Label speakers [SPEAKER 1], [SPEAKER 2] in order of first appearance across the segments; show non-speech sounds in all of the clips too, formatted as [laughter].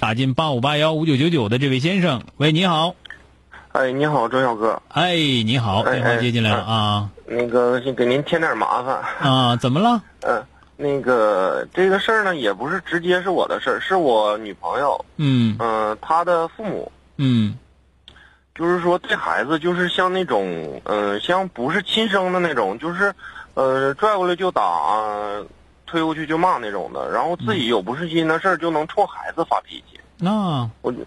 [SPEAKER 1] 打进八五八幺五九九九的这位先生，喂，你好，
[SPEAKER 2] 哎，你好，周小哥，
[SPEAKER 1] 哎，你好，
[SPEAKER 2] 哎
[SPEAKER 1] 电话接进来了
[SPEAKER 2] 哎
[SPEAKER 1] 啊
[SPEAKER 2] 那个给您添点麻烦，
[SPEAKER 1] 啊，怎么了？
[SPEAKER 2] 嗯、那个这个事儿呢，也不是直接是我的事儿，是我女朋友，
[SPEAKER 1] 嗯
[SPEAKER 2] 嗯、她的父母，
[SPEAKER 1] 嗯
[SPEAKER 2] 就是说对孩子，就是像那种，嗯、像不是亲生的那种，就是，呃，拽过来就打，呃推过去就骂那种的，然后自己有不是亲的事儿就能冲孩子发脾气，
[SPEAKER 1] 那、
[SPEAKER 2] 我就。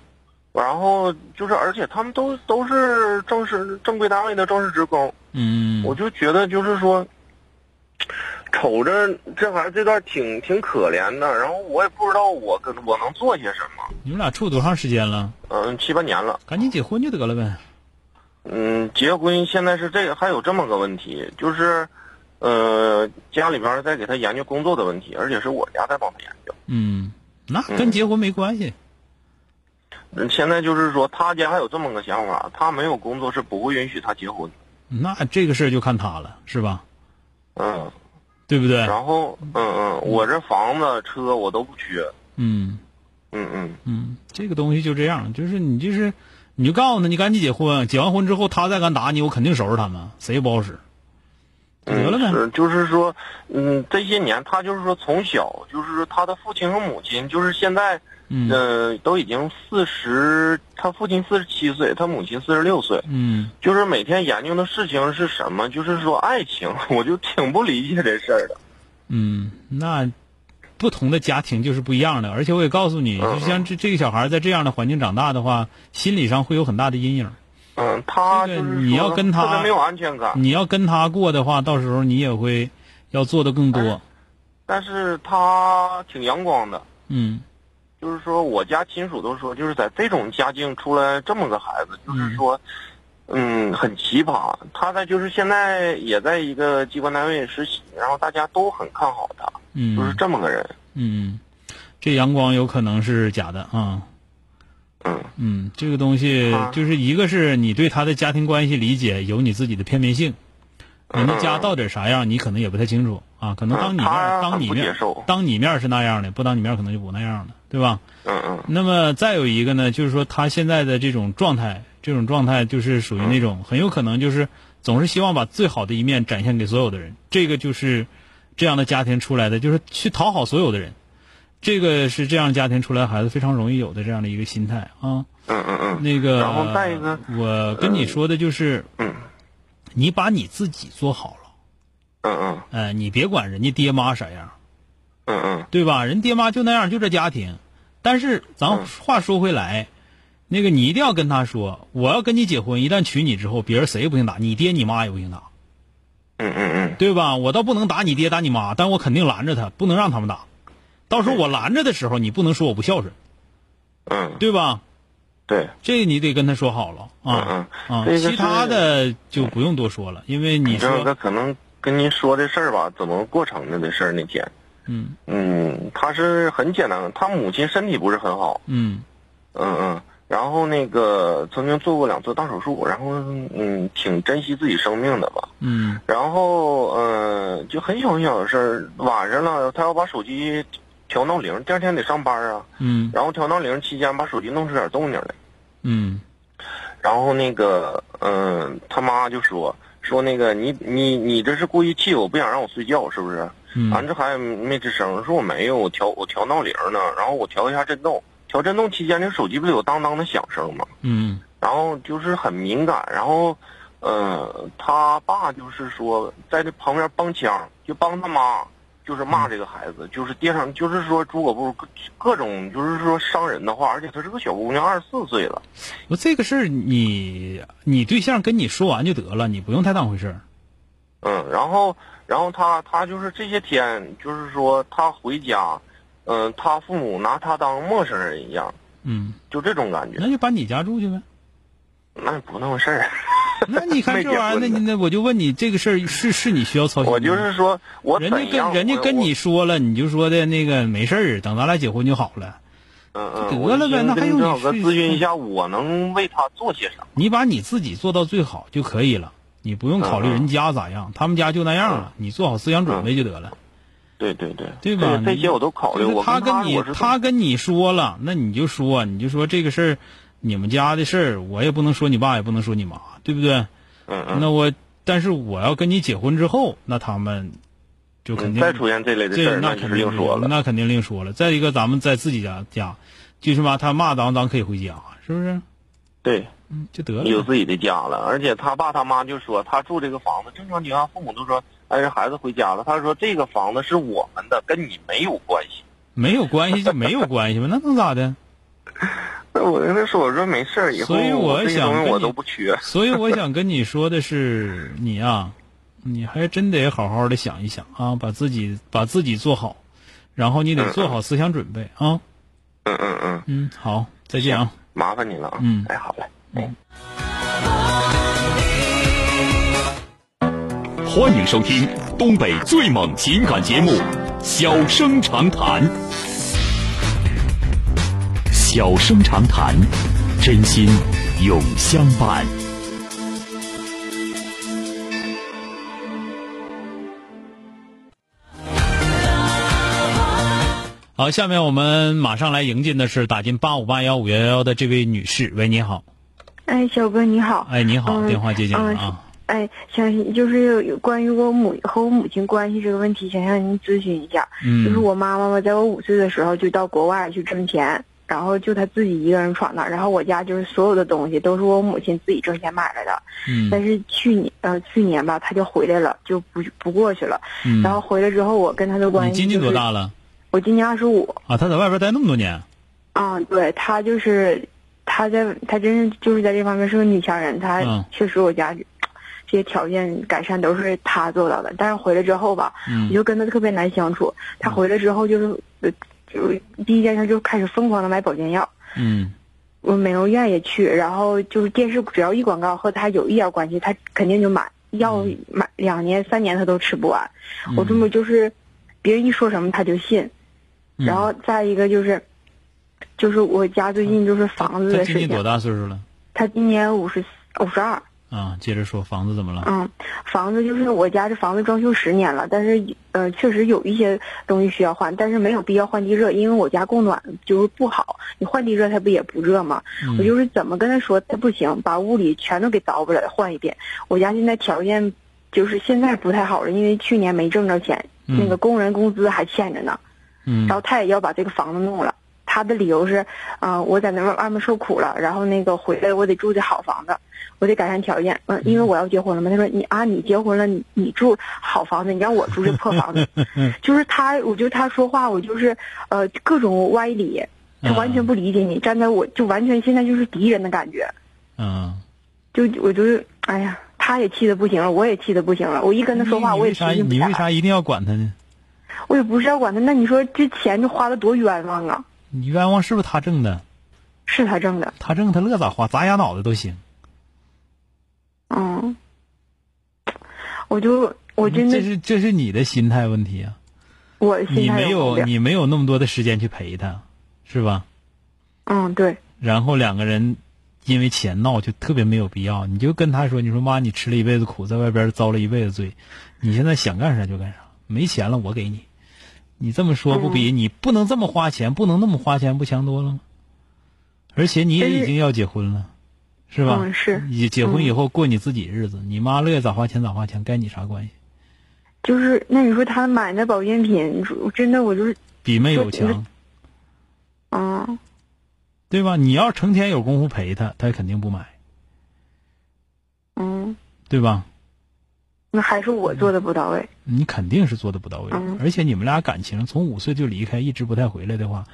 [SPEAKER 2] 然后就是，而且他们都都是正式正规单位的正式职工，
[SPEAKER 1] 嗯，
[SPEAKER 2] 我就觉得就是说，瞅着这孩子这段挺挺可怜的，然后我也不知道我跟我能做些什么。
[SPEAKER 1] 你们俩处多长时间了？
[SPEAKER 2] 嗯，七八年了，
[SPEAKER 1] 赶紧结婚就得了呗。
[SPEAKER 2] 嗯，结婚现在是这个，还有这么个问题，就是，呃，家里边儿在给他研究工作的问题，而且是我家在帮他研究。
[SPEAKER 1] 嗯，那跟结婚没关系。
[SPEAKER 2] 嗯现在就是说，他家还有这么个想法，他没有工作是不会允许他结婚的。
[SPEAKER 1] 那这个事儿就看他了，是吧？
[SPEAKER 2] 嗯，
[SPEAKER 1] 对不对？
[SPEAKER 2] 然后，嗯嗯，我这房子、车我都不缺。
[SPEAKER 1] 嗯
[SPEAKER 2] 嗯嗯
[SPEAKER 1] 嗯，这个东西就这样，就是你就是，你就告诉他，你赶紧结婚，结完婚之后他再敢打你，我肯定收拾他们，谁也不好使。就得了呗
[SPEAKER 2] 嗯，是就是说，嗯，这些年他就是说从小就是说他的父亲和母亲，就是现在，
[SPEAKER 1] 嗯
[SPEAKER 2] 呃，都已经四十，他父亲四十七岁，他母亲四十六岁，
[SPEAKER 1] 嗯
[SPEAKER 2] 就是每天研究的事情是什么？就是说爱情，我就挺不理解这事儿的。
[SPEAKER 1] 嗯，那不同的家庭就是不一样的，而且我也告诉你，
[SPEAKER 2] 嗯
[SPEAKER 1] 就像这这个小孩在这样的环境长大的话，心理上会有很大的阴影。
[SPEAKER 2] 嗯，他
[SPEAKER 1] 这
[SPEAKER 2] 就
[SPEAKER 1] 个
[SPEAKER 2] 是说
[SPEAKER 1] 你要跟他
[SPEAKER 2] 特别没有安全感，
[SPEAKER 1] 你要跟他过的话，到时候你也会要做的更多
[SPEAKER 2] 哎。但是他挺阳光的。
[SPEAKER 1] 嗯
[SPEAKER 2] 就是说，我家亲属都说，就是在这种家境出来这么个孩子，就是说，嗯，很奇葩。他在就是现在也在一个机关单位实习，然后大家都很看好他，
[SPEAKER 1] 嗯。
[SPEAKER 2] 就是这么个人。
[SPEAKER 1] 嗯，这阳光有可能是假的啊。
[SPEAKER 2] 嗯
[SPEAKER 1] 嗯，这个东西
[SPEAKER 2] 啊
[SPEAKER 1] 就是一个是你对他的家庭关系理解有你自己的片面性，
[SPEAKER 2] 嗯
[SPEAKER 1] 人家家到底啥样你可能也不太清楚啊。可能当你面
[SPEAKER 2] 嗯他
[SPEAKER 1] 当你
[SPEAKER 2] 很不
[SPEAKER 1] 面
[SPEAKER 2] 接受
[SPEAKER 1] 当你面是那样的，不当你面可能就不那样了，对吧？
[SPEAKER 2] 嗯嗯
[SPEAKER 1] 那么再有一个呢，就是说他现在的这种状态，这种状态就是属于那种很有可能就是总是希望把最好的一面展现给所有的人，这个就是这样的家庭出来的，就是去讨好所有的人，这个是这样家庭出来的孩子非常容易有的这样的一个心态啊。
[SPEAKER 2] 嗯嗯嗯
[SPEAKER 1] 那个，
[SPEAKER 2] 然后再一个
[SPEAKER 1] 我跟你说的就是，
[SPEAKER 2] 嗯
[SPEAKER 1] 你把你自己做好了，
[SPEAKER 2] 嗯嗯
[SPEAKER 1] 呃，你别管人家爹妈啥样，
[SPEAKER 2] 嗯嗯
[SPEAKER 1] 对吧？人爹妈就那样，就这家庭。但是
[SPEAKER 2] 嗯
[SPEAKER 1] 咱话说回来，那个你一定要跟他说，我要跟你结婚，一旦娶你之后，别人谁也不行打，你爹你妈也不行打，
[SPEAKER 2] 嗯嗯
[SPEAKER 1] 对吧？我倒不能打你爹打你妈，但我肯定拦着他，不能让他们打。到时候我拦着的时候，你不能说我不孝顺，
[SPEAKER 2] 嗯嗯，
[SPEAKER 1] 对吧？
[SPEAKER 2] 对，
[SPEAKER 1] 这你得跟他说好了啊
[SPEAKER 2] 嗯
[SPEAKER 1] 啊
[SPEAKER 2] 这！个是
[SPEAKER 1] 其他的就不用多说了，因为你
[SPEAKER 2] 这个
[SPEAKER 1] 说，
[SPEAKER 2] 可能跟您说这事儿吧，怎么过程的这事儿那天，
[SPEAKER 1] 嗯
[SPEAKER 2] 嗯，他是很简单的，他母亲身体不是很好，
[SPEAKER 1] 嗯
[SPEAKER 2] 嗯，嗯，然后那个曾经做过两次大手术，然后嗯，挺珍惜自己生命的吧。
[SPEAKER 1] 嗯
[SPEAKER 2] 然后嗯、呃就很小很小的事儿，晚上了，他要把手机调闹铃，第二天得上班啊。
[SPEAKER 1] 嗯
[SPEAKER 2] 然后调闹铃期间把手机弄出点动静来，
[SPEAKER 1] 嗯
[SPEAKER 2] 然后那个嗯、呃他妈就说说那个你你你这是故意气我，不想让我睡觉是不是？
[SPEAKER 1] 嗯
[SPEAKER 2] 完这还没吱声，说我没有，我调我调闹铃呢，然后我调一下震动，小震动期间，这手机不是有当当的响声吗？
[SPEAKER 1] 嗯
[SPEAKER 2] 然后就是很敏感，然后，呃，他爸就是说在这旁边帮腔，就帮他妈，就是骂这个孩子，就是爹上，就是说猪狗不如各各种就是说伤人的话，而且她是个小姑娘，二十四岁了，
[SPEAKER 1] 不，这个事儿你你对象跟你说完就得了，你不用太当回事儿。
[SPEAKER 2] 嗯，然后，然后他他就是这些天，就是说他回家，嗯、他父母拿他当陌生人一样，
[SPEAKER 1] 嗯，
[SPEAKER 2] 就这种感觉，
[SPEAKER 1] 那就搬你家住去呗。
[SPEAKER 2] 那也不那么事儿。啊
[SPEAKER 1] 那你看
[SPEAKER 2] 没
[SPEAKER 1] 这
[SPEAKER 2] 结
[SPEAKER 1] 玩意儿，那
[SPEAKER 2] 婚呢
[SPEAKER 1] 你那我就问你，这个事儿是是你需要操心的吗？
[SPEAKER 2] 我就是说，我
[SPEAKER 1] 人
[SPEAKER 2] 怎
[SPEAKER 1] 家
[SPEAKER 2] 样
[SPEAKER 1] 跟人家
[SPEAKER 2] 我
[SPEAKER 1] 跟
[SPEAKER 2] 我
[SPEAKER 1] 你说了，你就说的那个没事儿，等咱俩结婚就好了。
[SPEAKER 2] 嗯
[SPEAKER 1] 得
[SPEAKER 2] 嗯，我
[SPEAKER 1] 了呗
[SPEAKER 2] 寻思
[SPEAKER 1] 那还
[SPEAKER 2] 跟
[SPEAKER 1] 用
[SPEAKER 2] 郑小
[SPEAKER 1] 你
[SPEAKER 2] 哥
[SPEAKER 1] 去
[SPEAKER 2] 咨询一下，我能为他做些啥？
[SPEAKER 1] 你把你自己做到最好就可以了，你不用考虑
[SPEAKER 2] 嗯嗯嗯
[SPEAKER 1] 人家咋样，他们家就那样了，你做好思想准备就得了。
[SPEAKER 2] 对对对，
[SPEAKER 1] 对吧
[SPEAKER 2] 这
[SPEAKER 1] 你
[SPEAKER 2] 些我都考虑。
[SPEAKER 1] 就是
[SPEAKER 2] 我
[SPEAKER 1] 他
[SPEAKER 2] 跟
[SPEAKER 1] 跟你
[SPEAKER 2] 我是
[SPEAKER 1] 他跟你说了，那你就说，你就说这个事儿，你们家的事儿，我也不能说你爸，也不能说你妈，对不对？
[SPEAKER 2] 嗯嗯，
[SPEAKER 1] 那我，但是我要跟你结婚之后，那他们就肯
[SPEAKER 2] 嗯
[SPEAKER 1] 定
[SPEAKER 2] 再出现这类的事
[SPEAKER 1] 这
[SPEAKER 2] 儿，
[SPEAKER 1] 那
[SPEAKER 2] 就
[SPEAKER 1] 肯
[SPEAKER 2] 是
[SPEAKER 1] 定
[SPEAKER 2] 另说了。
[SPEAKER 1] 那肯定另说了。再一个，咱们在自己家家，最起码他骂咱，咱可以回家，是不是？
[SPEAKER 2] 对，
[SPEAKER 1] 嗯，就得
[SPEAKER 2] 有
[SPEAKER 1] 了。
[SPEAKER 2] 自己的家了，而且他爸他妈就说，他住这个房子，正常情况下父母都说，哎，这孩子回家了。他说这个房子是我们的，跟你没有关系。
[SPEAKER 1] 没有关系就没有关系吧，那能咋的？
[SPEAKER 2] 那我跟他说，我说没事儿，以后
[SPEAKER 1] 所以我
[SPEAKER 2] 这些
[SPEAKER 1] 想
[SPEAKER 2] 东西
[SPEAKER 1] 跟
[SPEAKER 2] 我
[SPEAKER 1] 你
[SPEAKER 2] 都不缺。
[SPEAKER 1] 所以我想跟你说的是，你呀、你还真得好好的想一想啊，把自己把自己做好，然后你得做好思想准备啊。
[SPEAKER 2] 嗯嗯嗯，
[SPEAKER 1] 嗯，好，再见啊。
[SPEAKER 2] 麻烦你了啊。
[SPEAKER 1] 嗯
[SPEAKER 2] 哎，好嘞。
[SPEAKER 3] 欢迎收听东北最猛情感节目《小生长谈》。小生长谈，真心永相伴。
[SPEAKER 1] 好，下面我们马上来迎进的是打进八五八幺五幺幺的这位女士，喂，你好，
[SPEAKER 4] 哎，小哥你好。
[SPEAKER 1] 哎，你好，
[SPEAKER 4] 嗯
[SPEAKER 1] 电话接进来
[SPEAKER 4] 嗯
[SPEAKER 1] 了啊。
[SPEAKER 4] 哎，想就是有有关于我母和我母亲关系这个问题，想向您咨询一下。
[SPEAKER 1] 嗯，
[SPEAKER 4] 就是我妈妈嘛，在我五岁的时候就到国外去挣钱，然后就她自己一个人闯荡，然后我家就是所有的东西都是我母亲自己挣钱买来的。
[SPEAKER 1] 嗯，
[SPEAKER 4] 但是去年呃去年吧，她就回来了，就不不过去了。
[SPEAKER 1] 嗯
[SPEAKER 4] 然后回来之后，我跟她的关
[SPEAKER 1] 你
[SPEAKER 4] 系、
[SPEAKER 1] 今年多？大了？
[SPEAKER 4] 我今年二十五。
[SPEAKER 1] 啊，他在外边待那么多年，
[SPEAKER 4] 啊，对她就是，她在她真是就是在这方面是个女强人，她
[SPEAKER 1] 嗯
[SPEAKER 4] 确实我家这些条件改善都是她做到的。但是回来之后吧，
[SPEAKER 1] 嗯
[SPEAKER 4] 我就跟她特别难相处。她回来之后就是，呃就是第一件事就开始疯狂的买保健药。
[SPEAKER 1] 嗯
[SPEAKER 4] 我美容院也去，然后就是电视只要一广告和她有一点关系，她肯定就买，药
[SPEAKER 1] 嗯
[SPEAKER 4] 买两年三年她都吃不完。我这么就是，别人一说什么她就信。
[SPEAKER 1] 嗯
[SPEAKER 4] 然后再一个就是，就是我家最近就是房子
[SPEAKER 1] 他
[SPEAKER 4] 的
[SPEAKER 1] 今
[SPEAKER 4] 事
[SPEAKER 1] 年多
[SPEAKER 4] 情。
[SPEAKER 1] 大岁数了？
[SPEAKER 4] 他今年五十五十二，
[SPEAKER 1] 啊，接着说房子怎么了？
[SPEAKER 4] 嗯，房子就是我家这房子装修十年了，但是呃确实有一些东西需要换，但是没有必要换地热，因为我家供暖就是不好，你换地热它不也不热吗？
[SPEAKER 1] 嗯
[SPEAKER 4] 我就是怎么跟他说，他不行，把屋里全都给倒过来换一遍。我家现在条件就是现在不太好了，因为去年没挣着钱，
[SPEAKER 1] 嗯
[SPEAKER 4] 那个工人工资还欠着呢。
[SPEAKER 1] 嗯
[SPEAKER 4] 然后他也要把这个房子弄了。他的理由是，啊、我在那外外面受苦了，然后那个回来我得住这好房子，我得改善条件，嗯，因为我要结婚了嘛。他说你啊，你结婚了，你你住好房子，你让我住这破房
[SPEAKER 1] [laughs]
[SPEAKER 4] 子，
[SPEAKER 1] 嗯
[SPEAKER 4] 就是他，我就他说话，我就是呃各种歪理，
[SPEAKER 1] 嗯
[SPEAKER 4] 他完全不理解你，站在我就完全现在就是敌人的感觉，
[SPEAKER 1] 嗯，
[SPEAKER 4] 就我就是哎呀，他也气得不行了，我也气得不行了，我一跟他说话，
[SPEAKER 1] 你
[SPEAKER 4] 我也
[SPEAKER 1] 为
[SPEAKER 4] 气
[SPEAKER 1] 啥
[SPEAKER 4] 不
[SPEAKER 1] 你
[SPEAKER 4] 下
[SPEAKER 1] 为
[SPEAKER 4] 来，
[SPEAKER 1] 啥一定要管他呢？
[SPEAKER 4] 我也不是要管他，那你说这钱就花的多冤枉啊，
[SPEAKER 1] 你冤枉是不是他挣的？
[SPEAKER 4] 是他挣的。
[SPEAKER 1] 他挣他乐咋花，砸俩脑袋都行。
[SPEAKER 4] 嗯，我就我真
[SPEAKER 1] 这
[SPEAKER 4] 的
[SPEAKER 1] 嗯是这是你的心态问题啊！
[SPEAKER 4] 我心
[SPEAKER 1] 你
[SPEAKER 4] 态
[SPEAKER 1] 没
[SPEAKER 4] 毛
[SPEAKER 1] 有
[SPEAKER 4] 病。
[SPEAKER 1] 你没有那么多的时间去陪他，是吧？
[SPEAKER 4] 嗯，对，
[SPEAKER 1] 然后两个人因为钱闹就特别没有必要。你就跟他说，你说妈，你吃了一辈子苦，在外边遭了一辈子罪，你现在想干啥就干啥，没钱了我给你。你这么说不比你不能这么花钱，不能那么花钱不强多了吗？而且你也已经要结婚了，是吧？
[SPEAKER 4] 嗯是
[SPEAKER 1] 你结婚以后过你自己日子，你妈乐意咋花钱咋花钱，该你啥关系？
[SPEAKER 4] 就是那你说他买那保健品，你说真的我就是
[SPEAKER 1] 比没有
[SPEAKER 4] 对
[SPEAKER 1] 强。
[SPEAKER 4] 嗯，
[SPEAKER 1] 对吧？你要成天有功夫陪他，他肯定不买，
[SPEAKER 4] 嗯，
[SPEAKER 1] 对吧？
[SPEAKER 4] 那还是我
[SPEAKER 1] 嗯
[SPEAKER 4] 做的不到位。
[SPEAKER 1] 你肯定是做的不到位的
[SPEAKER 4] 嗯，
[SPEAKER 1] 而且你们俩感情从五岁就离开，一直不太回来的话，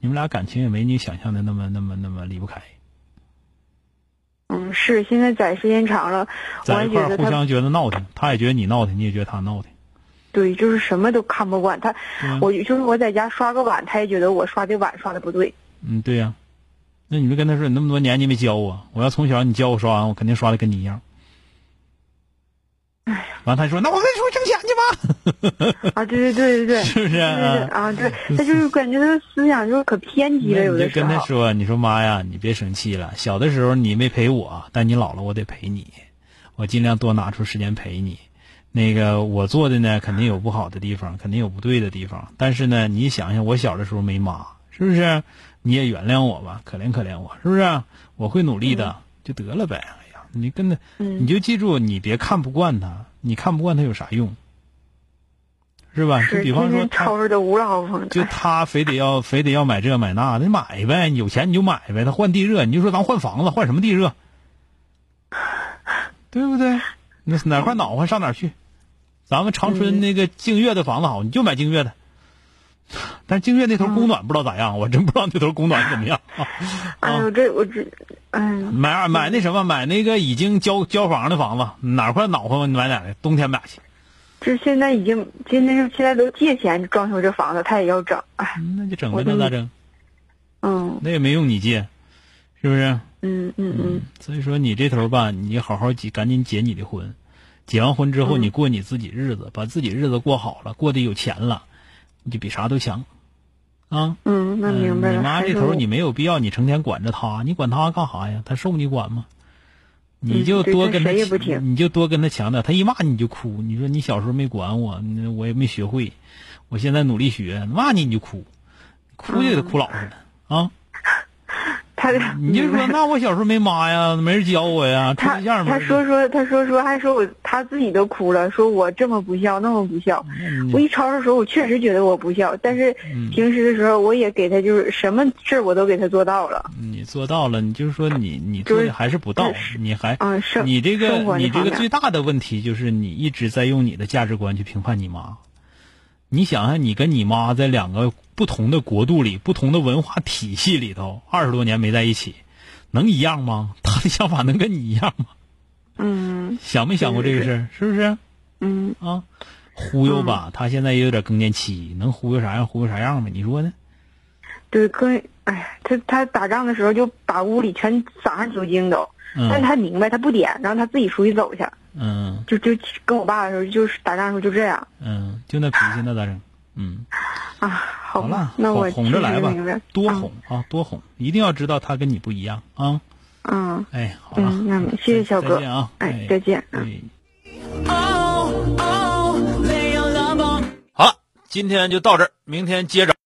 [SPEAKER 1] 你们俩感情也没你想象的那么那么那么离不开，
[SPEAKER 4] 嗯，是现在在时间长了，我
[SPEAKER 1] 在
[SPEAKER 4] 也
[SPEAKER 1] 一块
[SPEAKER 4] 觉
[SPEAKER 1] 儿
[SPEAKER 4] 得
[SPEAKER 1] 互
[SPEAKER 4] 他
[SPEAKER 1] 相觉得闹腾，他也觉得你闹腾，你也觉得他闹腾，
[SPEAKER 4] 对，就是什么都看不惯他。
[SPEAKER 1] 对吧？
[SPEAKER 4] 我就是我在家刷个碗，他也觉得我刷的碗刷的不对。
[SPEAKER 1] 嗯，对呀、那你就跟他说，你那么多年你没教我，我要从小你教我刷碗，我肯定刷的跟你一样。
[SPEAKER 4] 哎
[SPEAKER 1] 完，他说：“那我跟你说挣钱去吧。”
[SPEAKER 4] 啊，对对对对对，
[SPEAKER 1] 是不是
[SPEAKER 4] 对对对
[SPEAKER 1] 啊？
[SPEAKER 4] 啊，对，他就是感觉他的思想就是可偏激了，
[SPEAKER 1] 那
[SPEAKER 4] 有
[SPEAKER 1] 你
[SPEAKER 4] 的
[SPEAKER 1] 就
[SPEAKER 4] 时
[SPEAKER 1] 跟他
[SPEAKER 4] 候。
[SPEAKER 1] 说，你说妈呀，你别生气了。小的时候你没陪我，但你老了我得陪你，我尽量多拿出时间陪你。那个我做的呢，肯定有不好的地方，肯定有不对的地方。但是呢，你想想我小的时候没妈，是不是？你也原谅我吧，可怜可怜我，是不是？我会努力的，就得了呗。哎呀，你跟他，
[SPEAKER 4] 嗯
[SPEAKER 1] 你就记住，你别看不惯他，你看不惯他有啥用？是吧？就是比
[SPEAKER 4] 天
[SPEAKER 1] 方说
[SPEAKER 4] 天
[SPEAKER 1] 他。
[SPEAKER 4] 吵着的无老风，
[SPEAKER 1] 就
[SPEAKER 4] 哎
[SPEAKER 1] 他非得要非得要买这买那，那买呗，你有钱你就买呗。他换地热，你就说咱换房子，换什么地热？对不对？那哪块暖和上哪儿去？咱们长
[SPEAKER 4] 嗯
[SPEAKER 1] 春那个净月的房子好，你就买净月的。但是净月那头
[SPEAKER 4] 嗯
[SPEAKER 1] 供暖不知道咋样，我真不知道那头供暖怎么样。
[SPEAKER 4] 哎
[SPEAKER 1] 哦
[SPEAKER 4] 呦，这我这，嗯，
[SPEAKER 1] 买买那什么，买那个已经交交房的房子，哪块暖和你买哪个，冬天买去。
[SPEAKER 4] 这现在已经，真的是现在都借钱装修这房子，他也要整，哎，
[SPEAKER 1] 那就整
[SPEAKER 4] 我
[SPEAKER 1] 呗，那咋
[SPEAKER 4] 就
[SPEAKER 1] 整？
[SPEAKER 4] 嗯
[SPEAKER 1] 那也没用你借，是不是？
[SPEAKER 4] 嗯嗯嗯，
[SPEAKER 1] 所以说你这头吧，你好好结，赶紧结你的婚，结完婚之后
[SPEAKER 4] 嗯
[SPEAKER 1] 你过你自己日子，把自己日子过好了，过得有钱了，你就比啥都强，啊，
[SPEAKER 4] 嗯，那
[SPEAKER 1] 嗯
[SPEAKER 4] 明白了。
[SPEAKER 1] 你妈
[SPEAKER 4] 还
[SPEAKER 1] 这
[SPEAKER 4] 是
[SPEAKER 1] 头
[SPEAKER 4] 我
[SPEAKER 1] 你没有必要，你成天管着她，你管她干啥呀？她受你管吗？你
[SPEAKER 4] 嗯
[SPEAKER 1] 就
[SPEAKER 4] 对
[SPEAKER 1] 多
[SPEAKER 4] 她
[SPEAKER 1] 跟她
[SPEAKER 4] 谁也
[SPEAKER 1] 强，
[SPEAKER 4] 不听
[SPEAKER 1] 你就多跟她强调，她一骂你就哭。你说你小时候没管我，你我也没学会，我现在努力学，骂你你就哭，哭就给她哭老实了、啊。
[SPEAKER 4] [laughs] 他
[SPEAKER 1] 你就说
[SPEAKER 4] 明白
[SPEAKER 1] 那我小时候没妈呀，没人教我呀，处
[SPEAKER 4] 他
[SPEAKER 1] 对象没
[SPEAKER 4] 他
[SPEAKER 1] 人
[SPEAKER 4] 说说他说说还说我他自己都哭了，说我这么不孝那么不孝。
[SPEAKER 1] 嗯
[SPEAKER 4] 我一吵的时候，我确实觉得我不孝，但是
[SPEAKER 1] 嗯
[SPEAKER 4] 平时的时候，我也给他就是什么事儿我都给他做到了。
[SPEAKER 1] 你做到了，你就是说你你做的还是不到
[SPEAKER 4] 就，是
[SPEAKER 1] 你还
[SPEAKER 4] 嗯，生
[SPEAKER 1] 你这个
[SPEAKER 4] 生活
[SPEAKER 1] 你
[SPEAKER 4] 这
[SPEAKER 1] 这
[SPEAKER 4] 方
[SPEAKER 1] 个
[SPEAKER 4] 面，
[SPEAKER 1] 最大的问题就是你一直在用你的价值观去评判你妈。你想想，你跟你妈在两个不同的国度里、不同的文化体系里头，二十多年没在一起，能一样吗？她的想法能跟你一样吗？ [laughs]
[SPEAKER 4] 嗯
[SPEAKER 1] 想没想过这个事儿？是不是？
[SPEAKER 4] 嗯
[SPEAKER 1] 啊，忽悠吧，他现在也有点更年期，能忽悠啥样忽悠啥样呗，你说呢？
[SPEAKER 4] 对，跟哎，他他打仗的时候就把屋里全撒上酒精都，但是
[SPEAKER 1] 嗯
[SPEAKER 4] 他明白他不点，然后他自己出去走去，
[SPEAKER 1] 嗯
[SPEAKER 4] 就就跟我爸的时候就是打仗的时候就这样
[SPEAKER 1] 嗯，就那脾气，那咋整？嗯，
[SPEAKER 4] 啊。好
[SPEAKER 1] 好了
[SPEAKER 4] 吧，，那嗯我
[SPEAKER 1] 哄哄着来吧
[SPEAKER 4] 确实明白，
[SPEAKER 1] 多哄啊，多哄，一定要知道他跟你不一样啊！
[SPEAKER 4] 嗯
[SPEAKER 1] 哎，好了，
[SPEAKER 4] 嗯，那谢谢小
[SPEAKER 1] 再
[SPEAKER 4] 哥
[SPEAKER 1] 见啊，，
[SPEAKER 4] 哎，再见。嗯
[SPEAKER 1] 哎
[SPEAKER 3] 哦哦，没有 love
[SPEAKER 1] 好了，今天就到这儿，明天接着。